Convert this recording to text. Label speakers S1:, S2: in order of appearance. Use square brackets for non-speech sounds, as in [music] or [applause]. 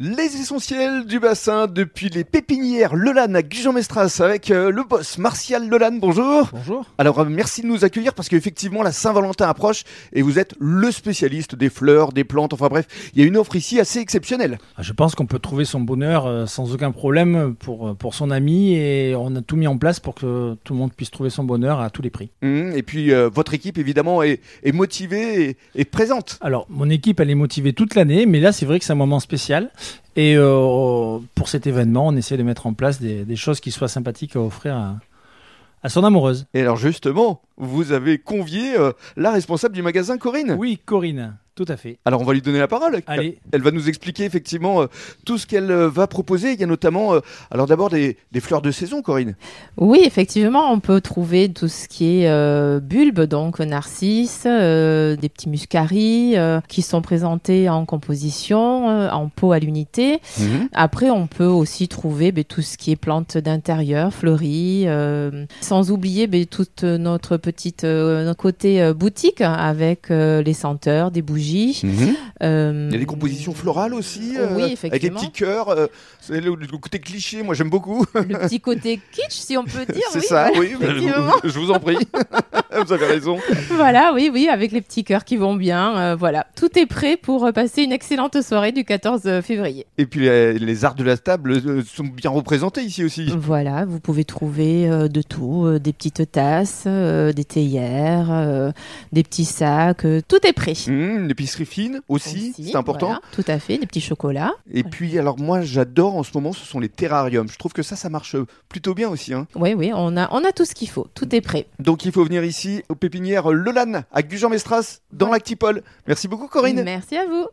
S1: Les essentiels du bassin depuis les pépinières Lelan à Gujan-Mestras avec euh, le boss Martial Lelan, bonjour.
S2: Bonjour.
S1: Alors euh, merci de nous accueillir parce qu'effectivement la Saint-Valentin approche et vous êtes le spécialiste des fleurs, des plantes, enfin bref, il y a une offre ici assez exceptionnelle.
S2: Ah, Je pense qu'on peut trouver son bonheur euh, sans aucun problème pour, euh, pour son ami et on a tout mis en place pour que tout le monde puisse trouver son bonheur à tous les prix.
S1: Hum, et puis euh, votre équipe évidemment est, est motivée et, et présente.
S2: Alors, mon équipe, elle est motivée toute l'année, mais là, c'est vrai que c'est un moment spécial. Et euh, pour cet événement, on essaie de mettre en place des, des choses qui soient sympathiques à offrir à, à son amoureuse.
S1: Et alors justement, vous avez convié euh, la responsable du magasin Corinne.
S2: Oui, Corinne, tout à fait.
S1: Alors on va lui donner la parole.
S2: Allez.
S1: Elle va nous expliquer effectivement euh, tout ce qu'elle euh, va proposer. Il y a notamment, euh, alors d'abord des, des fleurs de saison, Corinne.
S3: Oui, effectivement, on peut trouver tout ce qui est euh, bulbe, donc narcisse, euh, des petits muscaris euh, qui sont présentés en composition, euh, en pot à l'unité. Après, on peut aussi trouver ben, tout ce qui est plantes d'intérieur, fleuries, euh, sans oublier ben, toute notre petite euh, notre côté euh, boutique hein, avec euh, les senteurs, des bougies. euh,
S1: Il y a des compositions florales aussi, euh,
S3: Oui,
S1: avec des
S3: effectivement.
S1: petits cœurs. euh, c'est le, le côté cliché, moi j'aime beaucoup.
S3: Le petit côté kitsch, si
S1: [laughs]
S3: on peut dire.
S1: c'est
S3: oui,
S1: ça,
S3: voilà.
S1: oui.
S3: effectivement.
S1: Je vous en prie. [laughs] vous avez raison.
S3: Voilà, oui, oui, avec les petits cœurs qui vont bien. euh, voilà, tout est prêt pour euh, passer une excellente soirée du 14 février.
S1: Et puis les, les arts de la table euh, sont bien représentés ici aussi.
S3: Mm. Voilà, vous pouvez trouver euh, de tout, euh, des petites tasses, euh, des théières, euh, des petits sacs, euh, tout est prêt.
S1: Mhm, L'épicerie fine aussi,
S3: Aussi,
S1: c'est important.
S3: voilà, tout à fait, des petits chocolats.
S1: Et puis alors moi j'adore en ce moment, ce sont les terrariums. Je trouve que ça, ça marche plutôt bien aussi. hein.
S3: Oui, oui, on a, on a tout ce qu'il faut, tout est prêt.
S1: Donc il faut venir ici aux pépinières Lelan à Gujan-Mestras dans l'Actipole. Merci beaucoup Corinne.
S3: Merci à vous.